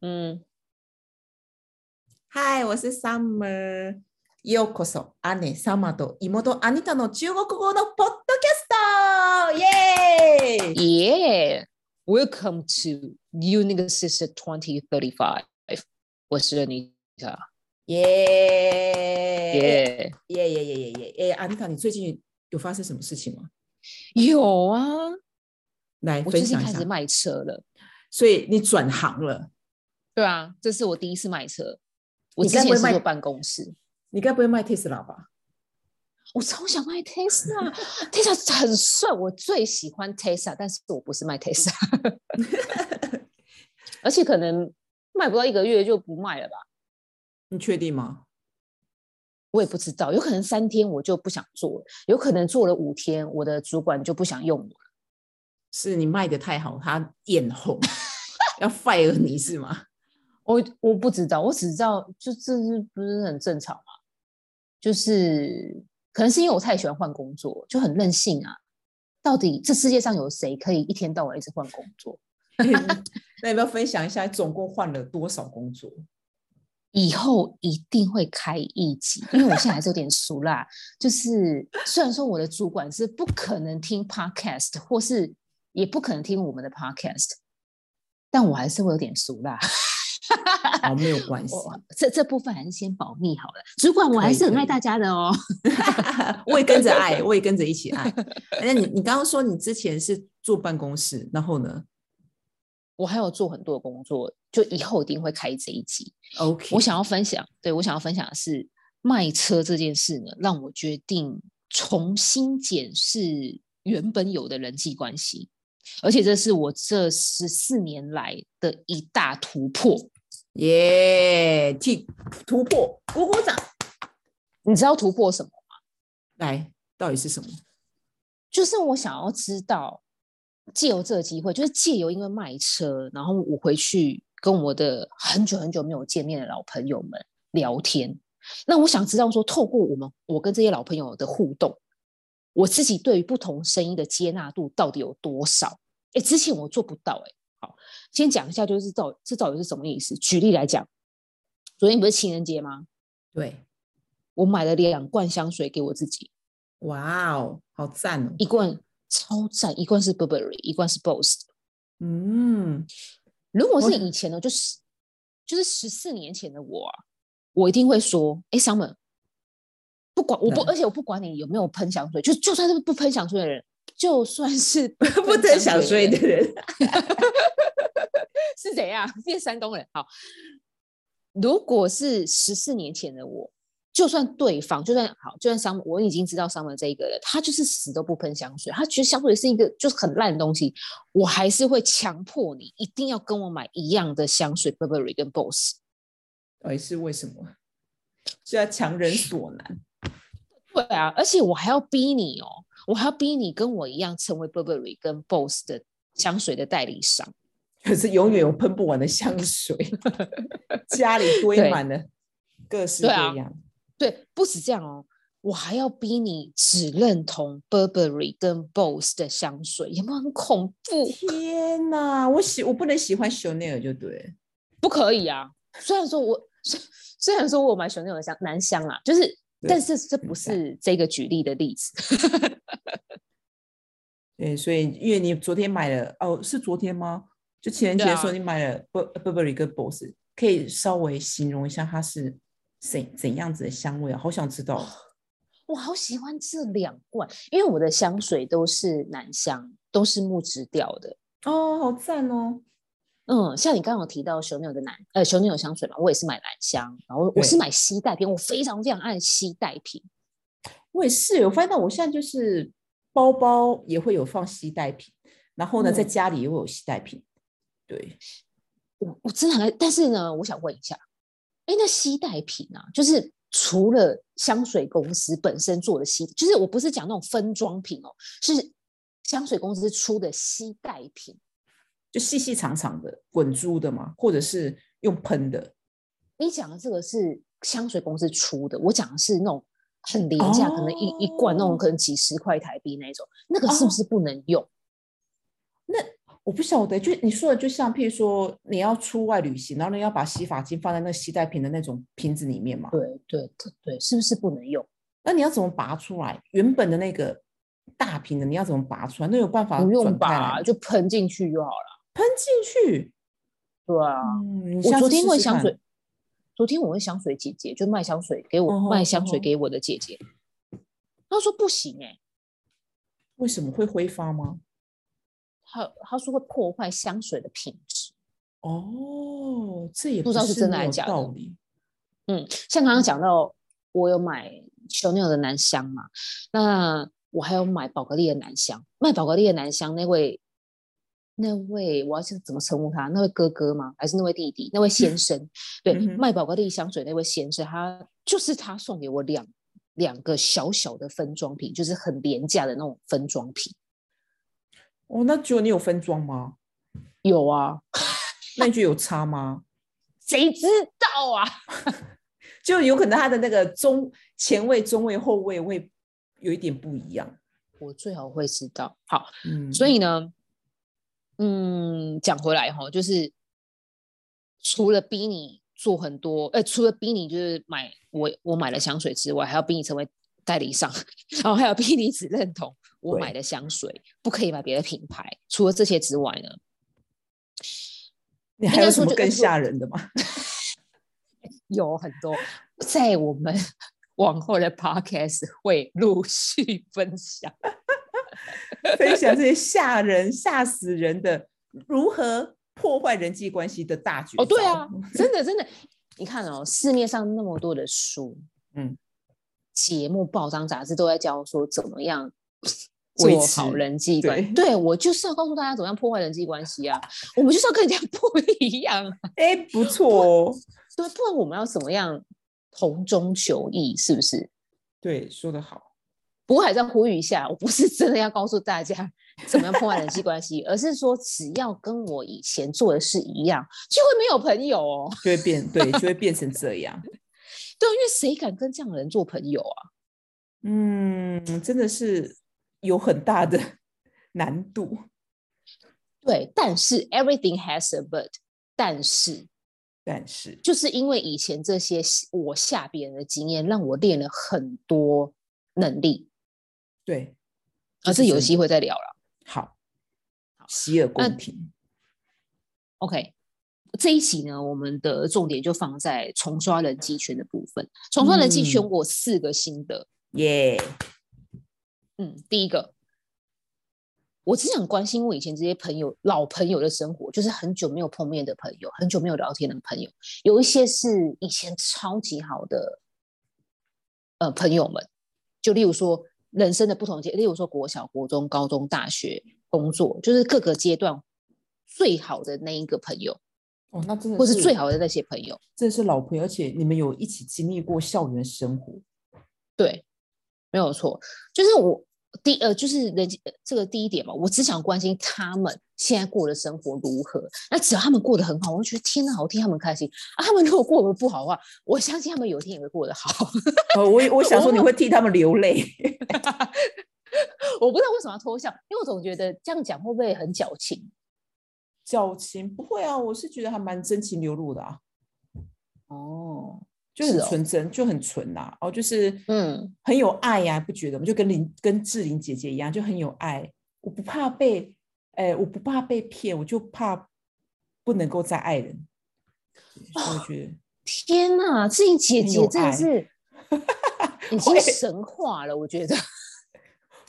嗯，はい、我是 Summer。ようこそ、姉様と妹、アニタの中国語のポッドキャストイエーイ Yeah! Welcome to New n e g o c i a t i 2035. 我是 Anita. イエーイ Yeah. イエーイイエーイイエーイイエーイえ、アニタ、你最近有发生什么事情吗？有啊，来我最分近享一开始下。卖车了。所以你转行了，对啊，这是我第一次卖车。我你之该不前会是卖做办公室，你该不会卖 Tesla 吧？我超想卖 Tesla，Tesla 很帅，我最喜欢 Tesla，但是我不是卖 Tesla，而且可能卖不到一个月就不卖了吧，你确定吗？我也不知道，有可能三天我就不想做了，有可能做了五天，我的主管就不想用我了。是你卖的太好，他 眼红，要 fire 你是吗？ 我我不知道，我只知道就这是不是很正常嘛？就是可能是因为我太喜欢换工作，就很任性啊。到底这世界上有谁可以一天到晚一直换工作？那要不要分享一下，总共换了多少工作？以后一定会开一集，因为我现在还是有点俗辣。就是虽然说我的主管是不可能听 podcast，或是也不可能听我们的 podcast，但我还是会有点俗辣。哦，没有关系，我这这部分还是先保密好了。主管，我还是很可以爱大家的哦。 我也跟着爱，我也跟着一起爱。哎那你你刚刚说你之前是坐办公室，然后呢我还有做很多的工作，就以后一定会开这一集。 ？OK，我想要分享，对我想要分享的是卖车这件事呢，让我决定重新检视原本有的人际关系，而且这是我这十四年来的一大突破。耶，替突破，鼓鼓掌！你知道突破什么？来，到底是什么？就是我想要知道，借由这个机会，就是借由因为卖车，然后我回去跟我的很久很久没有见面的老朋友们聊天。那我想知道说，透过我们我跟这些老朋友的互动，我自己对于不同声音的接纳度到底有多少？哎，之前我做不到哎、好，先讲一下，就是到这到底是什么意思？举例来讲，昨天不是情人节吗？对，我买了两罐香水给我自己，哇哦，好赞哦！一罐超赞，一罐是 Burberry，一罐是 Boss。嗯，如果我是以前的，就是就是十四年前的我、啊，我一定会说：“哎，Summer，不管我不，对而且我不管你有没有喷香水，就就算是不喷香水的人，就算 是不不得想睡水的人人，是怎样变山东人。”好，如果是十四年前的我，就算对方，就算好，就算 Summer，我已经知道 Summer 这一个人，他就是死都不喷香水，他觉得香水是一个就是很烂的东西，我还是会强迫你一定要跟我买一样的香水，Burberry 跟 Boss。到底是为什么？是要强人所难？对啊，而且我还要逼你哦，我还要逼你跟我一样成为 Burberry 跟 Boss 的香水的代理商。可是永远有喷不完的 香水，家里堆对满了各式对各啊样。对，不止这样哦，我还要逼你只认同 Burberry 跟 Boss 的香水，有没有很恐怖？天哪，我喜我不能喜欢 Chanel 就对了，不可以啊！虽然说我虽虽然说我有买 Chanel 的香男香啦，就是，对但是这不明白是这个举例的例子。 对，所以因为你昨天买了，哦，是昨天吗？就情人节对的时候啊你买了呃 Bur- Burberry 跟 Boss，可以稍微形容一下它是怎怎样子的香味啊？好想知道。我好喜欢这两罐，因为我的香水都是男香，都是木质调的。哦，好赞哦！嗯，像你刚刚有提到 Chanel 的男呃 Chanel 香水嘛，我也是买男香，然后我是对买吸带瓶，我非常非常爱吸带瓶。我也是，我发现到我现在就是包包也会有放吸带瓶，然后呢，在嗯家里也会有吸带瓶。对，我我真的很爱，但是呢，我想问一下，哎，那吸带瓶啊，就是除了香水公司本身做的吸，就是我不是讲那种分装瓶哦，是香水公司出的吸带瓶。就细细长长的滚珠的嘛，或者是用喷的。你讲的这个是香水公司出的，我讲的是那种很廉价，可能一一罐那哦种可能几十块台币那一种，那个是哦不是不能用？我不晓得，就你说的，就像譬如说你要出外旅行，然后你要把洗发精放在那个吸带瓶的那种瓶子里面嘛，对对对对，是不是不能用？那你要怎么拔出来？原本的那个大瓶的，你要怎么拔出来？那有办法不用转开来吗吧，就喷进去就好了。喷进去。对啊，嗯，你我下昨次天试问试香看水，昨天我问香水姐姐，就卖香水给我、嗯哼卖嗯香水哼给我的姐姐，她说不行哎、为什么会挥发吗？她她说会破坏香水的品质。哦，这也不知道是是真没的还有假的道理。嗯，像刚刚讲到，我有买 Chanel 的男香嘛，那我还有买宝格丽的男香。卖宝格丽的男香那位，那位我要是怎么称呼他？那位哥哥吗？还是那位弟弟？那位 先生？对，嗯哼卖宝格丽香水那位先生，他就是他送给我两两个小小的分装瓶，就是很廉价的那种分装瓶。哦，那只有你有分装吗？有啊，那你觉得有差吗？谁知道啊？就有可能他的那个中前卫、中卫、后卫会有一点不一样。我最好会知道。好，嗯，所以呢，嗯，讲回来哈，就是除了逼你做很多，呃，除了逼你就是买我我买了香水之外，还要逼你成为代理商， 然后还要逼你只认同我对买的香水，不可以买别的品牌。除了这些之外呢，你应还有该什说么就更就吓人的吗？ 有很多在我们 往后的 podcast 会陆续分享。分享这些吓人、吓死人的如何破坏人际关系的大绝哦，对招啊， 真的真的，你看哦，市面上那么多的书，嗯，节目、报章、杂志都在教说怎么 样维做好持人际关系。对对我就是要告诉大家怎么样破坏人际关系啊，我们就是要跟人家不一样啊， 哎，不错哦，对，不然我们要怎么样同中求异，是不是？对，说得好，不过还是要呼吁一下，我不是真的要告诉大家怎么样破坏人际关系，而是说只要跟我以前做的事一样，就会没有朋友哦。就会变，对，就会变成这样。对，啊因为谁敢跟这样的人做朋友啊？嗯，真的是有很大的 难度。对，但是 everything has a but，但是但是，就是因为以前这些下我下别人的经验，让我练了很多能力，对，啊，这这是有真机会再聊了。好，洗耳那恭听。 OK，这一期呢，我们的重点就放在重刷人际圈的部分。重刷人际圈，嗯我有四个心得。耶、嗯第一个，我只想关心我以前这些朋友、老朋友的生活，就是很久没有碰面的朋友，很久没有聊天的朋友，有一些是以前超级好的呃朋友们，就例如说人生的不同阶，例如说国小、国中、高中、大学、工作，就是各个阶段最好的那一个朋友，哦，那真的或是最，好的那些朋友。真的是老朋友，而且你们有一起经历过校园生 活。对，没有错，就是我第呃，就是人际呃这个第一点嘛，我只想关心他们现在过的生活如何。那只要他们过得很好，我就觉得天哪，我替他们开心啊！他们如果过得不好的话，我相信他们有一天也会过得好。 呃，我我想哦说你会替他们流泪。我不知道为什么要偷笑，因为我总觉得这样讲会不会很矫情？矫情不会啊，我是觉得还蛮真情流露的啊，哦，就是很哦纯真，就很纯呐、哦，就是嗯，很有爱呀、不觉得吗？就跟林跟志玲姐姐一样，就很有爱。我不怕被，哎，我不怕被骗，我就怕不能够再爱人。所以我觉啊得天哪，志颖姐很姐有真的爱 是已经会神化了，我觉得。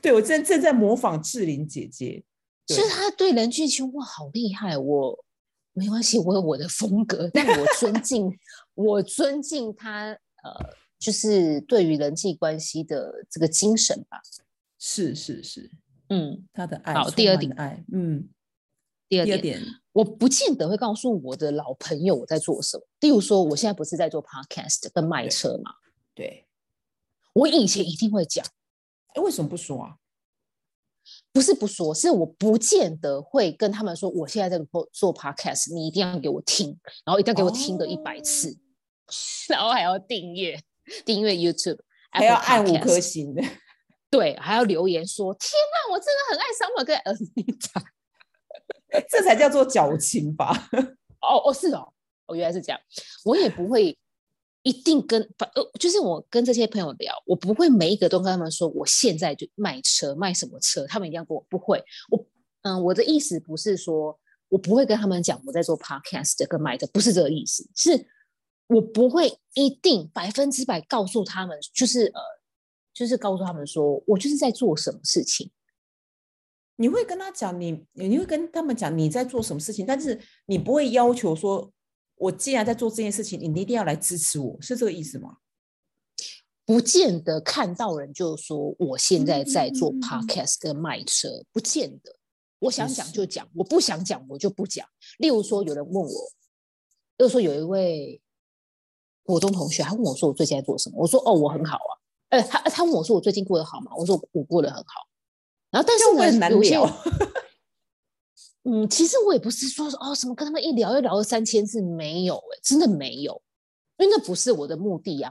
对我正正在模仿志玲姐姐，对所以他对人际圈哇，好厉害！我没关系，我有我的风格，但我尊敬， 我尊敬他，呃，就是对于人际关系的这个精神吧。是是是，嗯，她的爱，好第二充满爱，嗯，第二第点，二点，我不见得会告诉我的老朋友我在做什么。例如说，我现在不是在做 podcast 跟卖对车嘛，对，我以前一定会讲，哎，为什么不说啊？不是不说，是我不见得会跟他们说，我现在在做做 podcast，你一定要给我听，然后一定要给我听个一百次，哦然后还要订阅订阅 YouTube，还要 Apple 按五颗 Podcast 星的， 对，还要留言说，天哪，我真的很爱 Summer 跟 Anita，这才叫做矫情吧？哦哦，是哦，哦，原来是这样。我也不会一定跟，反呃，就是我跟这些朋友聊，我不会每一个都跟他们说我现在就卖车，卖什么车，他们一定要跟我不会。我嗯，我的意思不是说我不会跟他们讲我在做 podcast 跟买的，不是这个意思，是我不会一定百分之百告诉他们，就是呃，就是告诉他们说我就是在做什么事情。你会跟他讲你，你会跟他们讲你在做什么事情，但是你不会要求说，我既然在做这件事情，你一定要来支持我，是这个意思吗？不见得看到人就说我现在在做嗯嗯嗯 podcast 跟卖车，不见得。我想也讲是就讲，我不想讲我就不讲。例如说，有人问我，例如说有一位国中同学，他问我说我最近在做什么，我说哦我很好啊，呃他他问我说我最近过得好吗？我说我过得很好。然后但这样会不会是很呢，难有些聊？嗯，其实我也不是说哦什么跟他们一聊又聊了三千字，没有、欸，真的没有，因为那不是我的目的呀、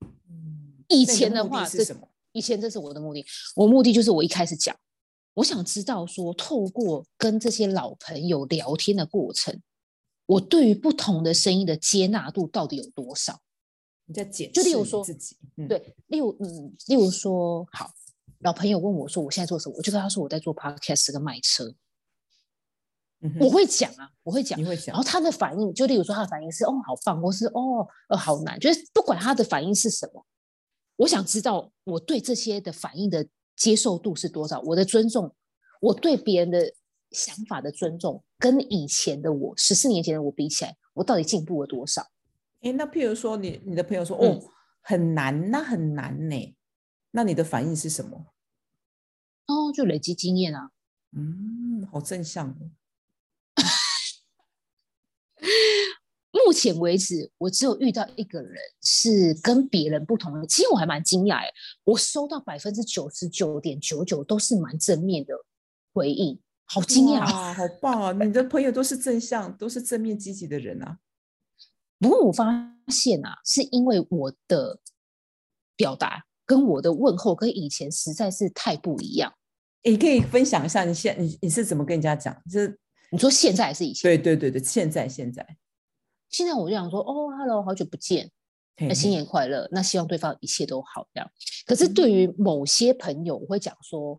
啊嗯 以那你前的的目的话，是这什么？以前这是我的目的，我目的就是我一开始讲，我想知道说，透过跟这些老朋友聊天的过程，我对于不同的声音的接纳度到底有多少？你在解就例释如你说自己，嗯，对，例如，嗯，例如说，好，老朋友问我说我现在做什么，我就跟他说我在做 podcast 跟卖车，嗯哼我会讲啊，我会讲你。会然讲后，他的反应，就例如说他的反应是哦好棒，或是哦呃好难，就是不管他的反应是什么，我想知道我对这些的反应的接受度是多少，我的尊重，我对别人的想法的尊重，跟以前的我十四年前的我比起来，我到底进步了多少？诶，那譬如说你你的朋友说，嗯哦，很难，那很难呢，那你的反应是什么？哦，就累积经验啊。嗯，好正向哦，目前为止，我只有遇到一个人是跟别人不同的，其实我还蛮惊讶的，我收到百分之九十九点九九都是蛮正面的回应，好惊讶哦、哇，好棒啊！你的朋友都是正向，都是正面积极的人啊。不过我发现啊，是因为我的表达跟我的问候跟以前实在是太不一样。你可以分享一下你现你你是怎么跟人家讲？就是你说现在还是以前？对对对对，现在现在，现在我就想说，哦，hello，好久不见，嘿呃新嘿年快乐。那希望对方一切都好这样。可嗯是对于某些朋友，我会讲说，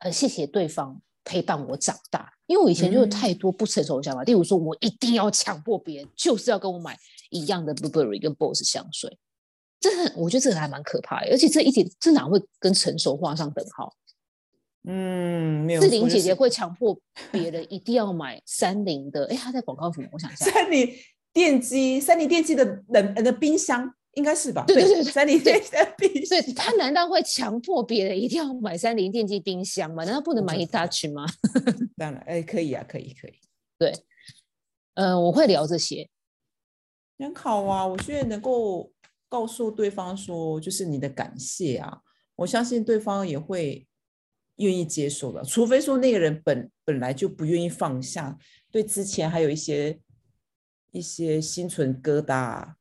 呃，谢谢对方陪伴我长大，因为我以前就有嗯太多不成熟的想法，例如说我一定要强迫别人，就是要跟我买一样的 Burberry 跟 Boss 香水，这很我觉得这个还蛮可怕的，而且这一点这哪会跟成熟画上等号？嗯，没有志错玲就姐姐是会强迫别人一定要买三菱的，哎，她在广告什么？我想一下，三菱电机，三菱电机的冷呃的冰箱应该是吧？对对对对三菱对电机的冰所箱以。他难道会强迫别人一定要买三菱电机冰箱吗？难道不能买 Hitachi 吗？当然，哎，可以啊，可以可以，呃，我会聊这些，很好啊。我觉得能够告诉对方说，就是你的感谢啊，我相信对方也会愿意接受的，除非说那个人本本来就不愿意放下，对之前还有一些一些心存疙瘩啊、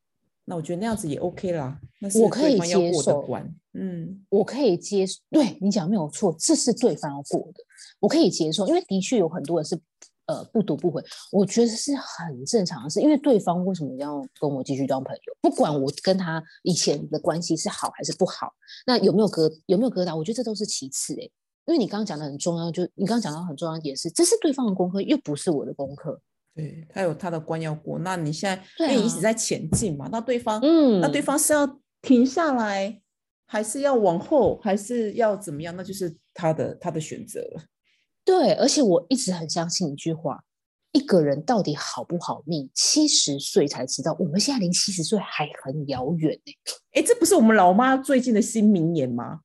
那我觉得那样子也 OK 啦。那是我可对以方要接过得受关，嗯，我可以接受。对你讲没有错，这是对方要过的，我可以接受，因为的确有很多人是呃不读不回，我觉得是很正常的事。因为对方为什么要跟我继续当朋友？不管我跟他以前的关系是好还是不好，那有没有疙有没有疙瘩？我觉得这都是其次诶、因为你刚刚讲的很重要，就你刚刚讲到很重要一点是，这是对方的功课，又不是我的功课。对他有他的关要过，那你现在、对因为你一直啊在前进嘛，那对方、嗯，那对方是要停下来，还是要往后，还是要怎么样？那就是他的他的选择了。对，而且我一直很相信一句话：一个人到底好不好命，七十岁才知道。我们现在离七十岁还很遥远呢、哎，这不是我们老妈最近的新名言吗？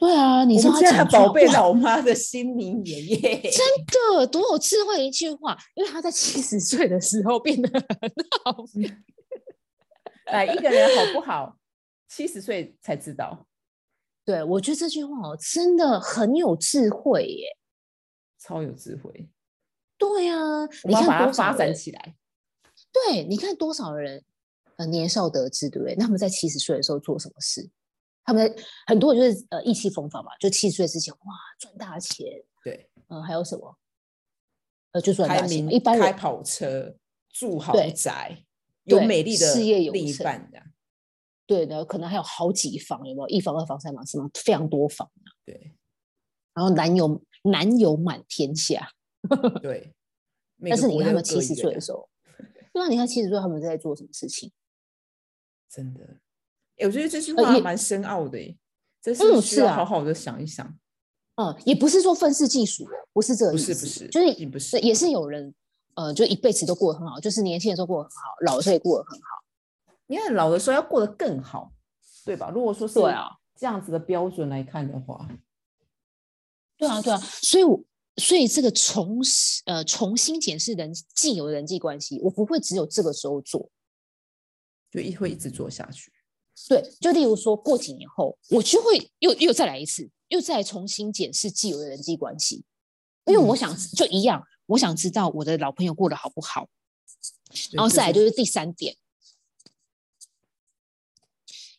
对啊，你知道我们他现在讲出来宝贝哇老妈的新名言 耶！真的多有智慧的一句话，因为他在七十岁的时候变得很 好命。来，一个人好不好，七十岁才知道，对，我觉得这句话哦，真的很有智慧耶。超有智慧。对啊，我你们看要把它多少发展人起来。对，你看多少人呃年少得志，对不对？那他们在七十岁的时候做什么事？他们在很多人就是呃意气风发嘛，就七十岁之前哇赚大钱，呃对，嗯、还有什么呃，就算开大型名一般开人跑车，住豪对宅，有对美丽的事业有另一成半的，对的，可能还有好几房，有没有一房、二房、三房、四房，非常多房。对然后男友男友满天下，对。每但个是你国看他家们都各七十一个岁人的时候，对啊，你看七十岁他们在做什么事情？真的，哎，我觉得这句呃话也蛮深奥的，哎，这嗯是需是要啊好好的想一想。嗯，也不是说愤世嫉俗哦，不是这个不意是思，不是，就是并不是是也是有人，呃，就一辈子都过得很好，就是年轻的时候过得很好，老的时候也过得很好。因为老的时候要过得更好，对吧？如果说是对啊这样子的标准来看的话，对啊，对啊，所以我所以这个重视呃重新检视人既有的人际关系，我不会只有这个时候做。就一会一直做下去。对，就例如说过几年后，我就会又又再来一次，又再重新检视既有的人际关系，因为我嗯想就一样，我想知道我的老朋友过得好不好。对然后再来就哦就是是第三点，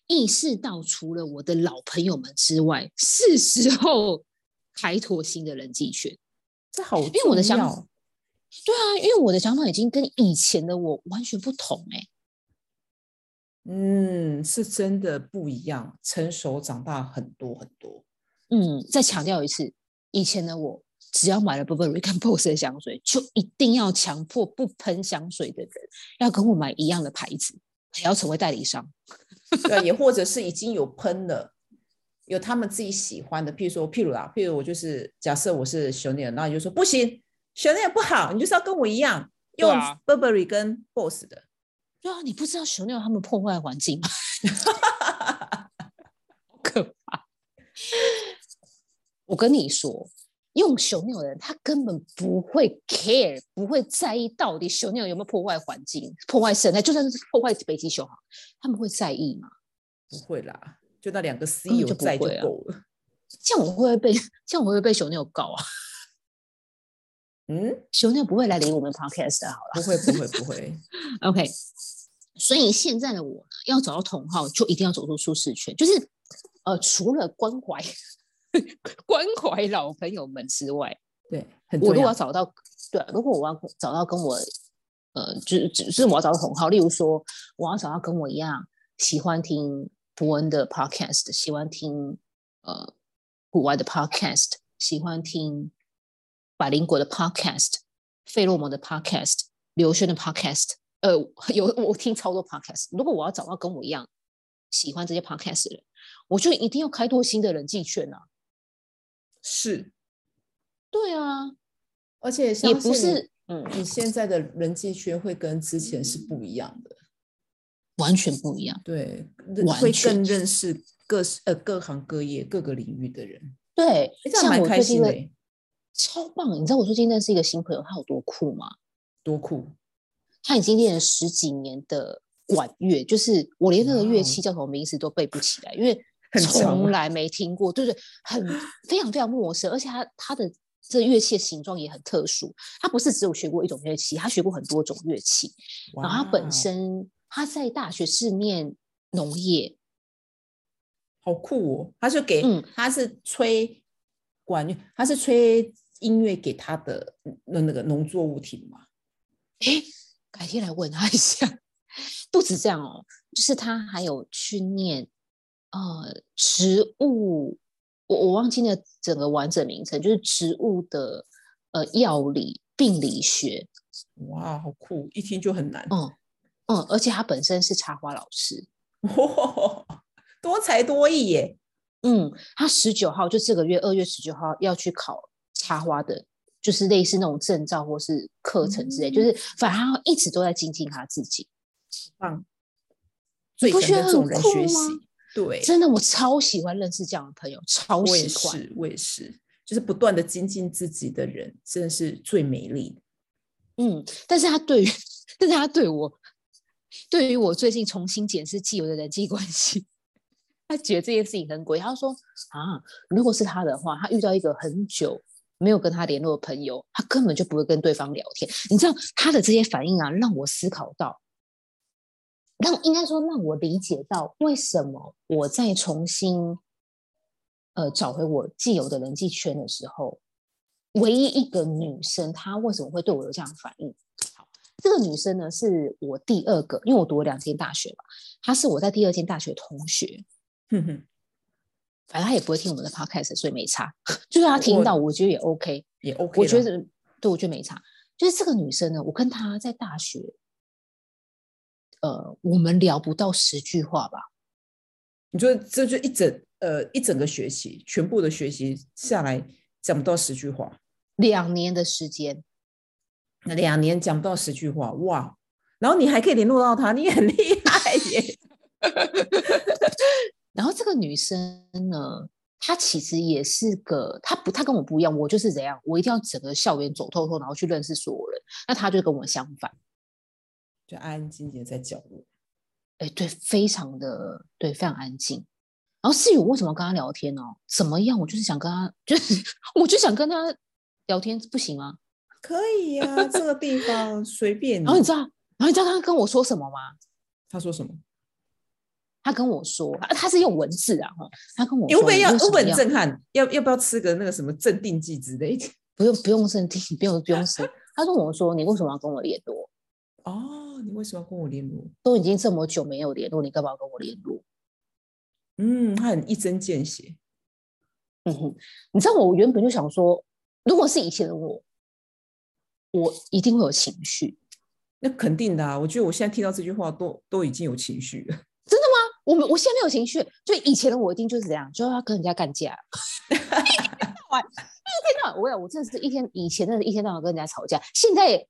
意识到除了我的老朋友们之外，是时候开拓新的人际圈。这好，因为我的想法对啊，因为我的想法已经跟以前的我完全不同哎、嗯，是真的不一样，成熟长大很多很多。嗯，再强调一次，以前的我只要买了 Burberry 跟 Boss 的香水，就一定要强迫不喷香水的人要跟我买一样的牌子，还要成为代理商。对，也或者是已经有喷了，有他们自己喜欢的，譬如说，譬如啦，譬如我就是假设我是 Chanel，那你就说不行，Chanel 不好，你就是要跟我一样对用啊 Burberry 跟 Boss 的。对啊，你不知道熊鸟他们破坏环境吗？ 好可怕！我跟你说，用熊鸟的人，他根本不会 care，不会在意到底熊鸟有没有破坏环境、破坏生态，就算是破坏北极熊好，他们会在意吗？不会啦，就那两个 C 根本有就不在就会啊够了。这样我会不会被这样我会不会被熊鸟告啊？ 嗯，熊鸟不会来理我们 podcast 的好不会不会不会，了，OK。所以现在的我呢，要找到同好，就一定要走出舒适圈，就是呃，除了关怀 关怀老朋友们之外，对，很我重如果要要。找到，对啊，如果我要找到跟我，呃，只只是我要找到同好，例如说，我要找到跟我一样喜欢听伯恩的 podcast，喜欢听呃古外的 podcast，喜欢听百灵果的 podcast，费洛蒙的 podcast，刘轩的 podcast，呃， 有我听超多 podcast。如果我要找到跟我一样喜欢这些 podcast 的人，我就一定要开拓新的人际圈啊！是，对啊，而且也相不信是，嗯，你现在的人际圈会跟之前是不一样的，完全不一样。对，完会全更认识各呃各行各业各个领域的人，对诶，这样像蛮我开最近心的欸认诶，超棒！你知道我最近认识一个新朋友，他有多酷吗？多酷！他已经练了十几年的管乐，就是我连那个哇乐哦器叫什么名字都背不起来，因为很长从啊来没听过，对不对？很非常非常陌生，而且他他的这乐器的形状也很特殊，他不是只有学过一种乐器，他学过很多种乐器。然后他哇哦本身他在大学是念农业，好酷哦，他就给，嗯他是吹管乐，他是吹音乐给他的那那个农作物听嘛，诶，改天来问他一下。不止这样哦，就是他还有去念呃植物，我我忘记了整个完整名称，就是植物的呃药理病理学。哇，好酷，一听就很难。嗯嗯，而且他本身是插花老师。 哇，多才多艺耶！嗯，他十九号就这个月二月十九号要去考插花的，就是类似那种证照或是课程之类，就嗯是反正他一直都在精进他自己。棒，你最不想觉得跟这种很人酷学吗习。对，真的，我超喜欢认识这样的朋友，超我也喜欢。是，我也是，就是不断的精进自己的人，真的是最美丽的。嗯，但是他对于， 但是他对我，对于我最近重新检视既有的人际关系，他觉得这件事情很诡异。他说啊，如果是他的话，他遇到一个很久没有跟他联络的朋友，他根本就不会跟对方聊天。你知道他的这些反应啊，让我思考到，让应该说让我理解到为什么我在重新呃找回我既有的人际圈的时候，唯一一个女生，她为什么会对我有这样的反应？好，这个女生呢是我第二个，因为我读了两间大学嘛，她是我在第二间大学同学，哼哼，反正她也不会听我们的 podcast，所以没差。 就算她听我到，我觉得也 OK。也 OK 我觉啦得对，我觉得没差。就是这个女生呢，我跟她在大学，呃，我们聊不到十句话吧。你说这就一整呃一整个学期，全部的学习下来讲不到十句话，两年的时间，那两年讲不到十句话，哇！然后你还可以联络到他，你很厉害耶！然后这个女生呢，她其实也是个，她不，她跟我不一样，我就是怎样，我一定要整个校园走透透，然后去认识所有人。那她就跟我相反， 就安安静静地在角落，哎，对，非常的对，非常安静。然后至于我为什么跟她聊天哦，怎么样，我就是想跟她，就是我就想跟她聊天，不行吗？可以呀、这个地方随便你。然后你知道，然后你知道她跟我说什么吗？他说什么？她跟我说，啊她是用文字啊，哈，她跟我你说，会不会要为什会么不会很要震撼？要要不要吃个那个什么镇定剂之类的？不用不用生气，不用不用生。她跟我说，你为什么要跟我联络？ 哦，你为什么要跟我联络？都已经这么久没有联络，你干嘛跟我联络？嗯，他很一针见血。嗯哼，你知道我原本就想说，如果是以前的我，我一定会有情绪。那肯定的啊，我觉得我现在听到这句话都都已经有情绪 了。我们我现在没有情绪，就以前的我一定就是这样，就要跟人家干 架，一天到晚，一天到晚，我有我真的是一天以前真的是一天到晚跟人家吵架，现在也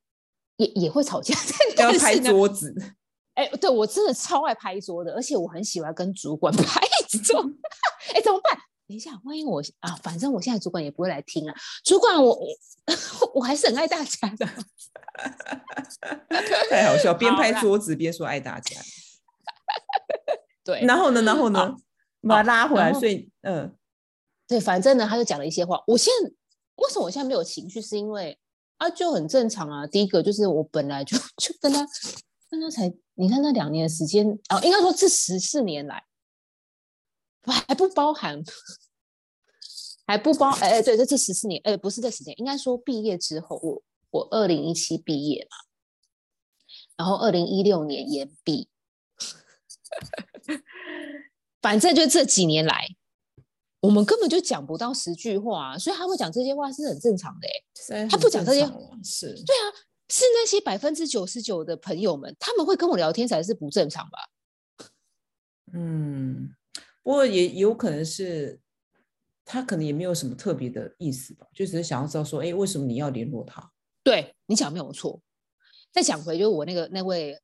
也也会吵架，要但拍是呢，桌子，哎、对我真的超爱拍桌的，而且我很喜欢跟主管 拍桌。哎、怎么办？等一下，万一我啊，反正我现在主管也不会来听啊。主管我，我 我还是很爱大家的。 太好 笑，边好拍啦桌子边说爱大家。对，然后呢，然后呢，把它拉回来，然后所以嗯，对，反正呢，他就讲了一些话。我现在为什么我现在没有情绪，是因为啊，就很正常啊。第一个就是我本来就 就跟他跟他才，你看那两年的时间啊，应该说这十四年来，还不包含， 还不包哎哎，对，这这十四年，哎，不是这十年，应该说毕业之后，我我二零一七毕业嘛，然后二零一六年延毕， 反正就这几年来。我们根本就讲不到十句话啊、所以他会讲这些话是很正常的、欸。实在他很不讲正这些常啊，是对啊，是那些百分之九十九的朋友们，他们会跟我聊天才是不正常吧？嗯，不过也有可能是他可能也没有什么特别的意思吧，就只是想要知道说，哎，为什么你要联络他？对你讲没有错。再讲回就是我那个那位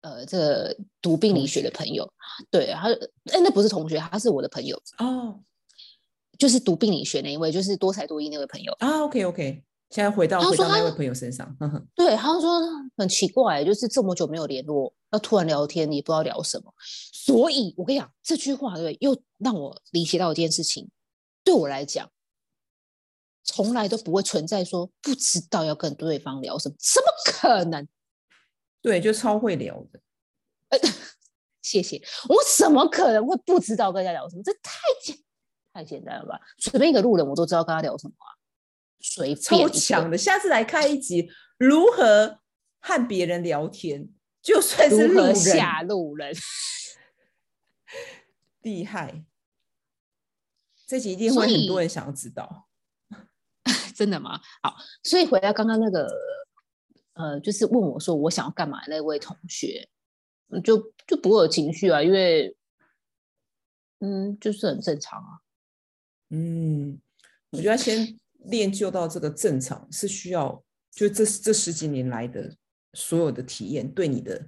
呃，这个读病理学的朋友，对，他哎那不是同学，他是我的朋友，哦就是读病理学那一位，就是多才多艺那位朋友。啊，OK OK，现在回到他回说到那他位朋友身上， 呵呵对，他说很奇怪，就是这么久没有联络，要突然聊天，也不知道聊什么。所以我跟你讲，这句话对，又让我理解到一件事情，对我来讲，从来都不会存在说不知道要跟对方聊什么，怎么可能？对，就超会聊的。谢谢，我怎么可能会不知道跟人家聊什么？这太简太简单了吧？随便一个路人，我都知道跟他聊什么啊，随便一超个强的。下次来开一集如何和别人聊天，就算是如路何人，吓路人？厉害。这集一定所会很多以人想要知道。真的吗？好，所以回到刚刚那个，呃，就是问我说我想要干嘛的那位同学，嗯就就不会有情绪啊，因为，嗯，就是很正常啊。嗯，我觉得要先练就到这个正常是需要，就这这十几年来的所有的体验，对你的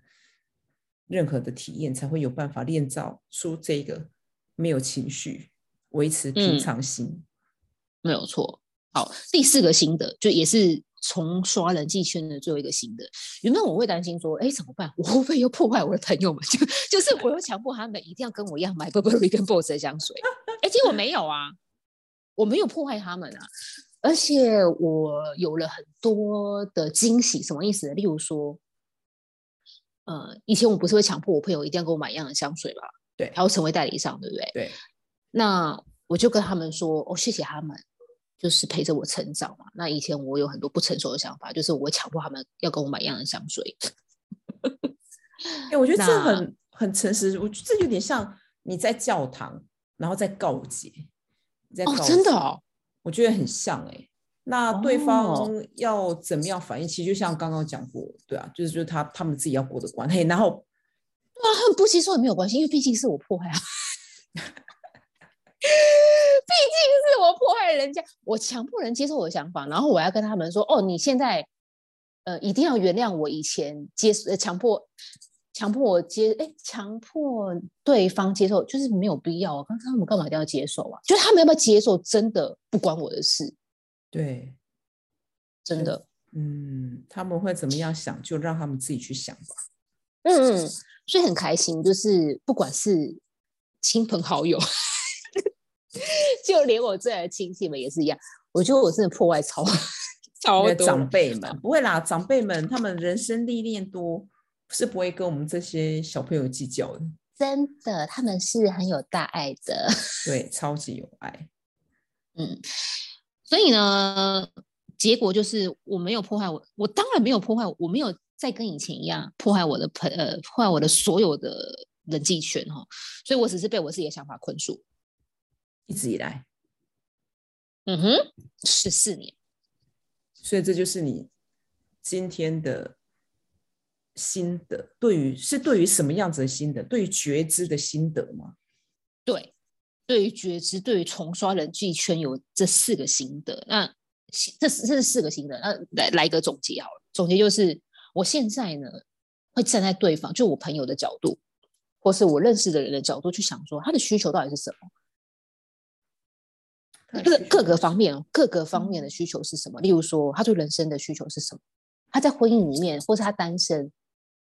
任何的体验，才会有办法练造出这个没有情绪，维持嗯平常心。没有错。好，第四个心得就也是从刷人际圈的最后一个心得。原本我会担心说，哎，怎么办？ 我会不会又破坏我的朋友们？ 就就是我又强迫他们一定要跟我一样买 Burberry 跟 Boss 的香水。哎，结果没有啊，我没有破坏他们啊，而且我有了很多的惊喜。什么意思呢？例如说。呃，以前我不是会强迫我朋友一定要给我买一样的香水嘛，对 他会成为代理商，对不对？对，那我就跟他们说，哦，谢谢他们，就是陪着我成长嘛。那以前我有很多不成熟的想法，就是我会强迫他们要跟我买一样的香水。哎、我觉得这那很很诚实，我觉得这有点像你在教堂，然后在告解，你在哦告，真的诫哦，我觉得很像哎、那对哦方要怎么样反应？其实就像刚刚讲过，对啊，就是就是他他们自己要过的关，嘿，然后对啊，他们不吸收也没有关系，因为毕竟是我迫 害啊，毕竟是我迫害人家，我强迫人接受我的想法，然后我要跟他们说，哦，你现在呃一定要原谅我以前接呃强迫强迫我接哎强迫对方接受，就是没有必要啊。刚刚我们干嘛一定要接受啊？就是他们要不要接受，真的不关我的事，对，真的。嗯，他们会怎么样想，就让他们自己去想吧。嗯嗯，所以很开心，就是不管是亲朋好友， 就连我最爱的亲戚们也是一样。我觉得我真的破坏超超因为多长了，辈们不会啦，长辈们他们人生历练多，是不会跟我们这些小朋友计较的。真的，他们是很有大爱的。对，超级有爱。嗯，所以呢，结果就是我没有破坏我，我当然没有破坏，我没有再跟以前一样破坏我的朋呃，破坏我的所有的人际圈哈、哦。所以我只是被我自己的想法困住。一直以来，嗯哼，十四年。所以这就是你今天的心得，对于是对于什么样子的心得，对于觉知的心得吗？对，对于觉知，对于重刷人际圈有这四个心得。那西这四这四个心得，那来来个总结好了。总结就是，我现在呢会站在对方，就我朋友的角度，或是我认识的人的角度去想说，他的需求到底是什么？嗯他的各需求各个方面哦，各个方面的需求是什么？例如说，他对人生的需求是什么？他在婚姻里面，或是他单身，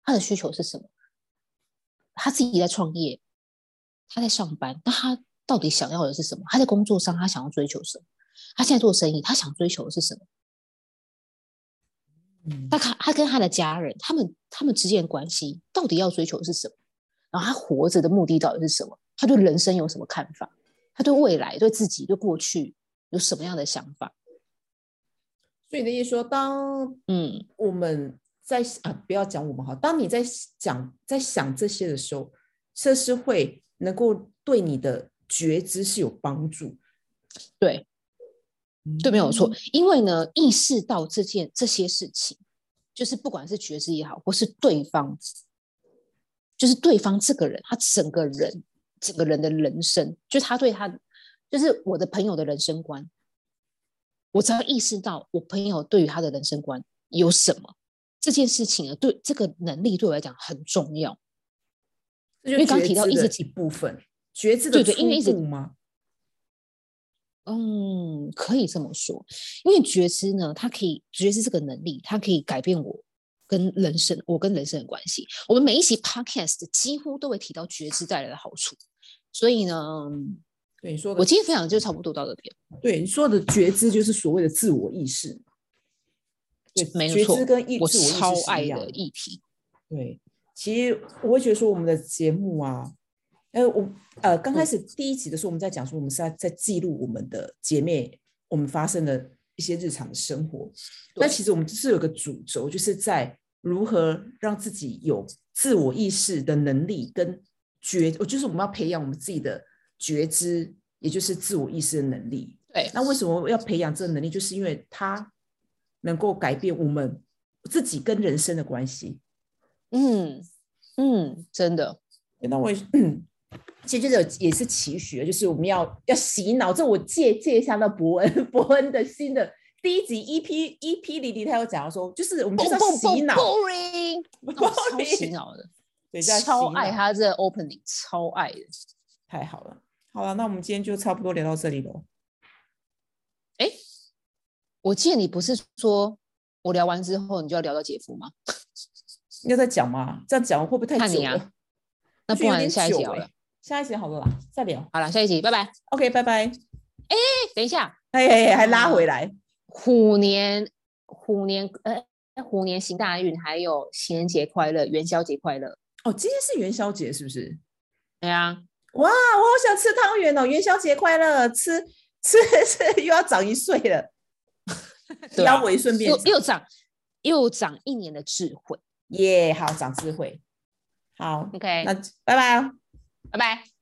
他的需求是什么？他自己在创业，他在上班，那他到底想要的是什么？他在工作上，他想要追求什么？他现在做生意，他想追求的是什么？嗯他看他跟他的家人，他们他们之间的关系到底要追求的是什么？然后他活着的目的到底是什么？他对人生有什么看法？他对未来、对自己、对过去有什么样的想法？所以你的意思说，当嗯，我们在啊，不要讲我们哈，当你在讲在想这些的时候，这是会能够对你的觉知是有帮助。对，对，没有错。因为呢，意识到这件这些事情，就是不管是觉知也好，或是对方，就是对方这个人，他整个人，整个人的人生，就是他对他，就是我的朋友的人生观，我只要意识到我朋友对于他的人生观有什么。这件事情呢，对这个能力对我来讲很重要。这就因为刚觉提到知一直的提一部分，觉知的对对因为一直初步吗？嗯，可以这么说，因为觉知呢，它可以觉知这个能力，它可以改变我跟人生，我跟人生的关系。我们每一期 podcast 几乎都会提到觉知带来的好处，所以呢，对你说的我，今天分享就差不多到这边。对你说的觉知就是所谓的自我意识嘛。对，没有觉错知跟意我自我意识超是一爱样的议题，对，其实我会觉得说我们的节目啊，呃，我呃刚开始嗯第一集的时候，我们在讲说我们是在在记录我们的姐妹我们发生的一些日常的生活。那对其实我们是有个主轴，就是在如何让自己有自我意识的能力跟觉，我就是我们要培养我们自己的觉知，也就是自我意识的能力。对那为什么要培养这个能力？就是因为它能够改变我们自己跟人生的关系。嗯嗯，真的，那 我也是其实就是有也是期许，就是我们要要洗脑。这我借借一下那伯恩 伯恩的新的第一集 EP EP 里里，他有讲到说，就是我们就是要洗脑， boring，不哦超洗脑的，对，就要洗超爱脑，他这个 opening，超爱的。太好了。好了，那我们今天就差不多聊到这里了。我记得你不是说我聊完之后你就要聊到姐夫吗？你要再讲吗？这样讲会不会太看久你啊了？那我觉不得有然点下一久集好欸了，下一集好了啦，再聊。好了，下一集，拜拜。 OK，拜拜。等一下，哎哎，还拉回来，虎年，虎年，呃，虎年行大运，还有情人节快乐，元宵节快乐。哦，今天是元宵节是不是？对啊，哇，我好想吃汤圆哦！元宵节快乐，吃 是是又要长一岁了，对啊 腰围顺便又又长又长一年的智慧。耶好长智慧，好， OK，那拜拜哦。拜拜。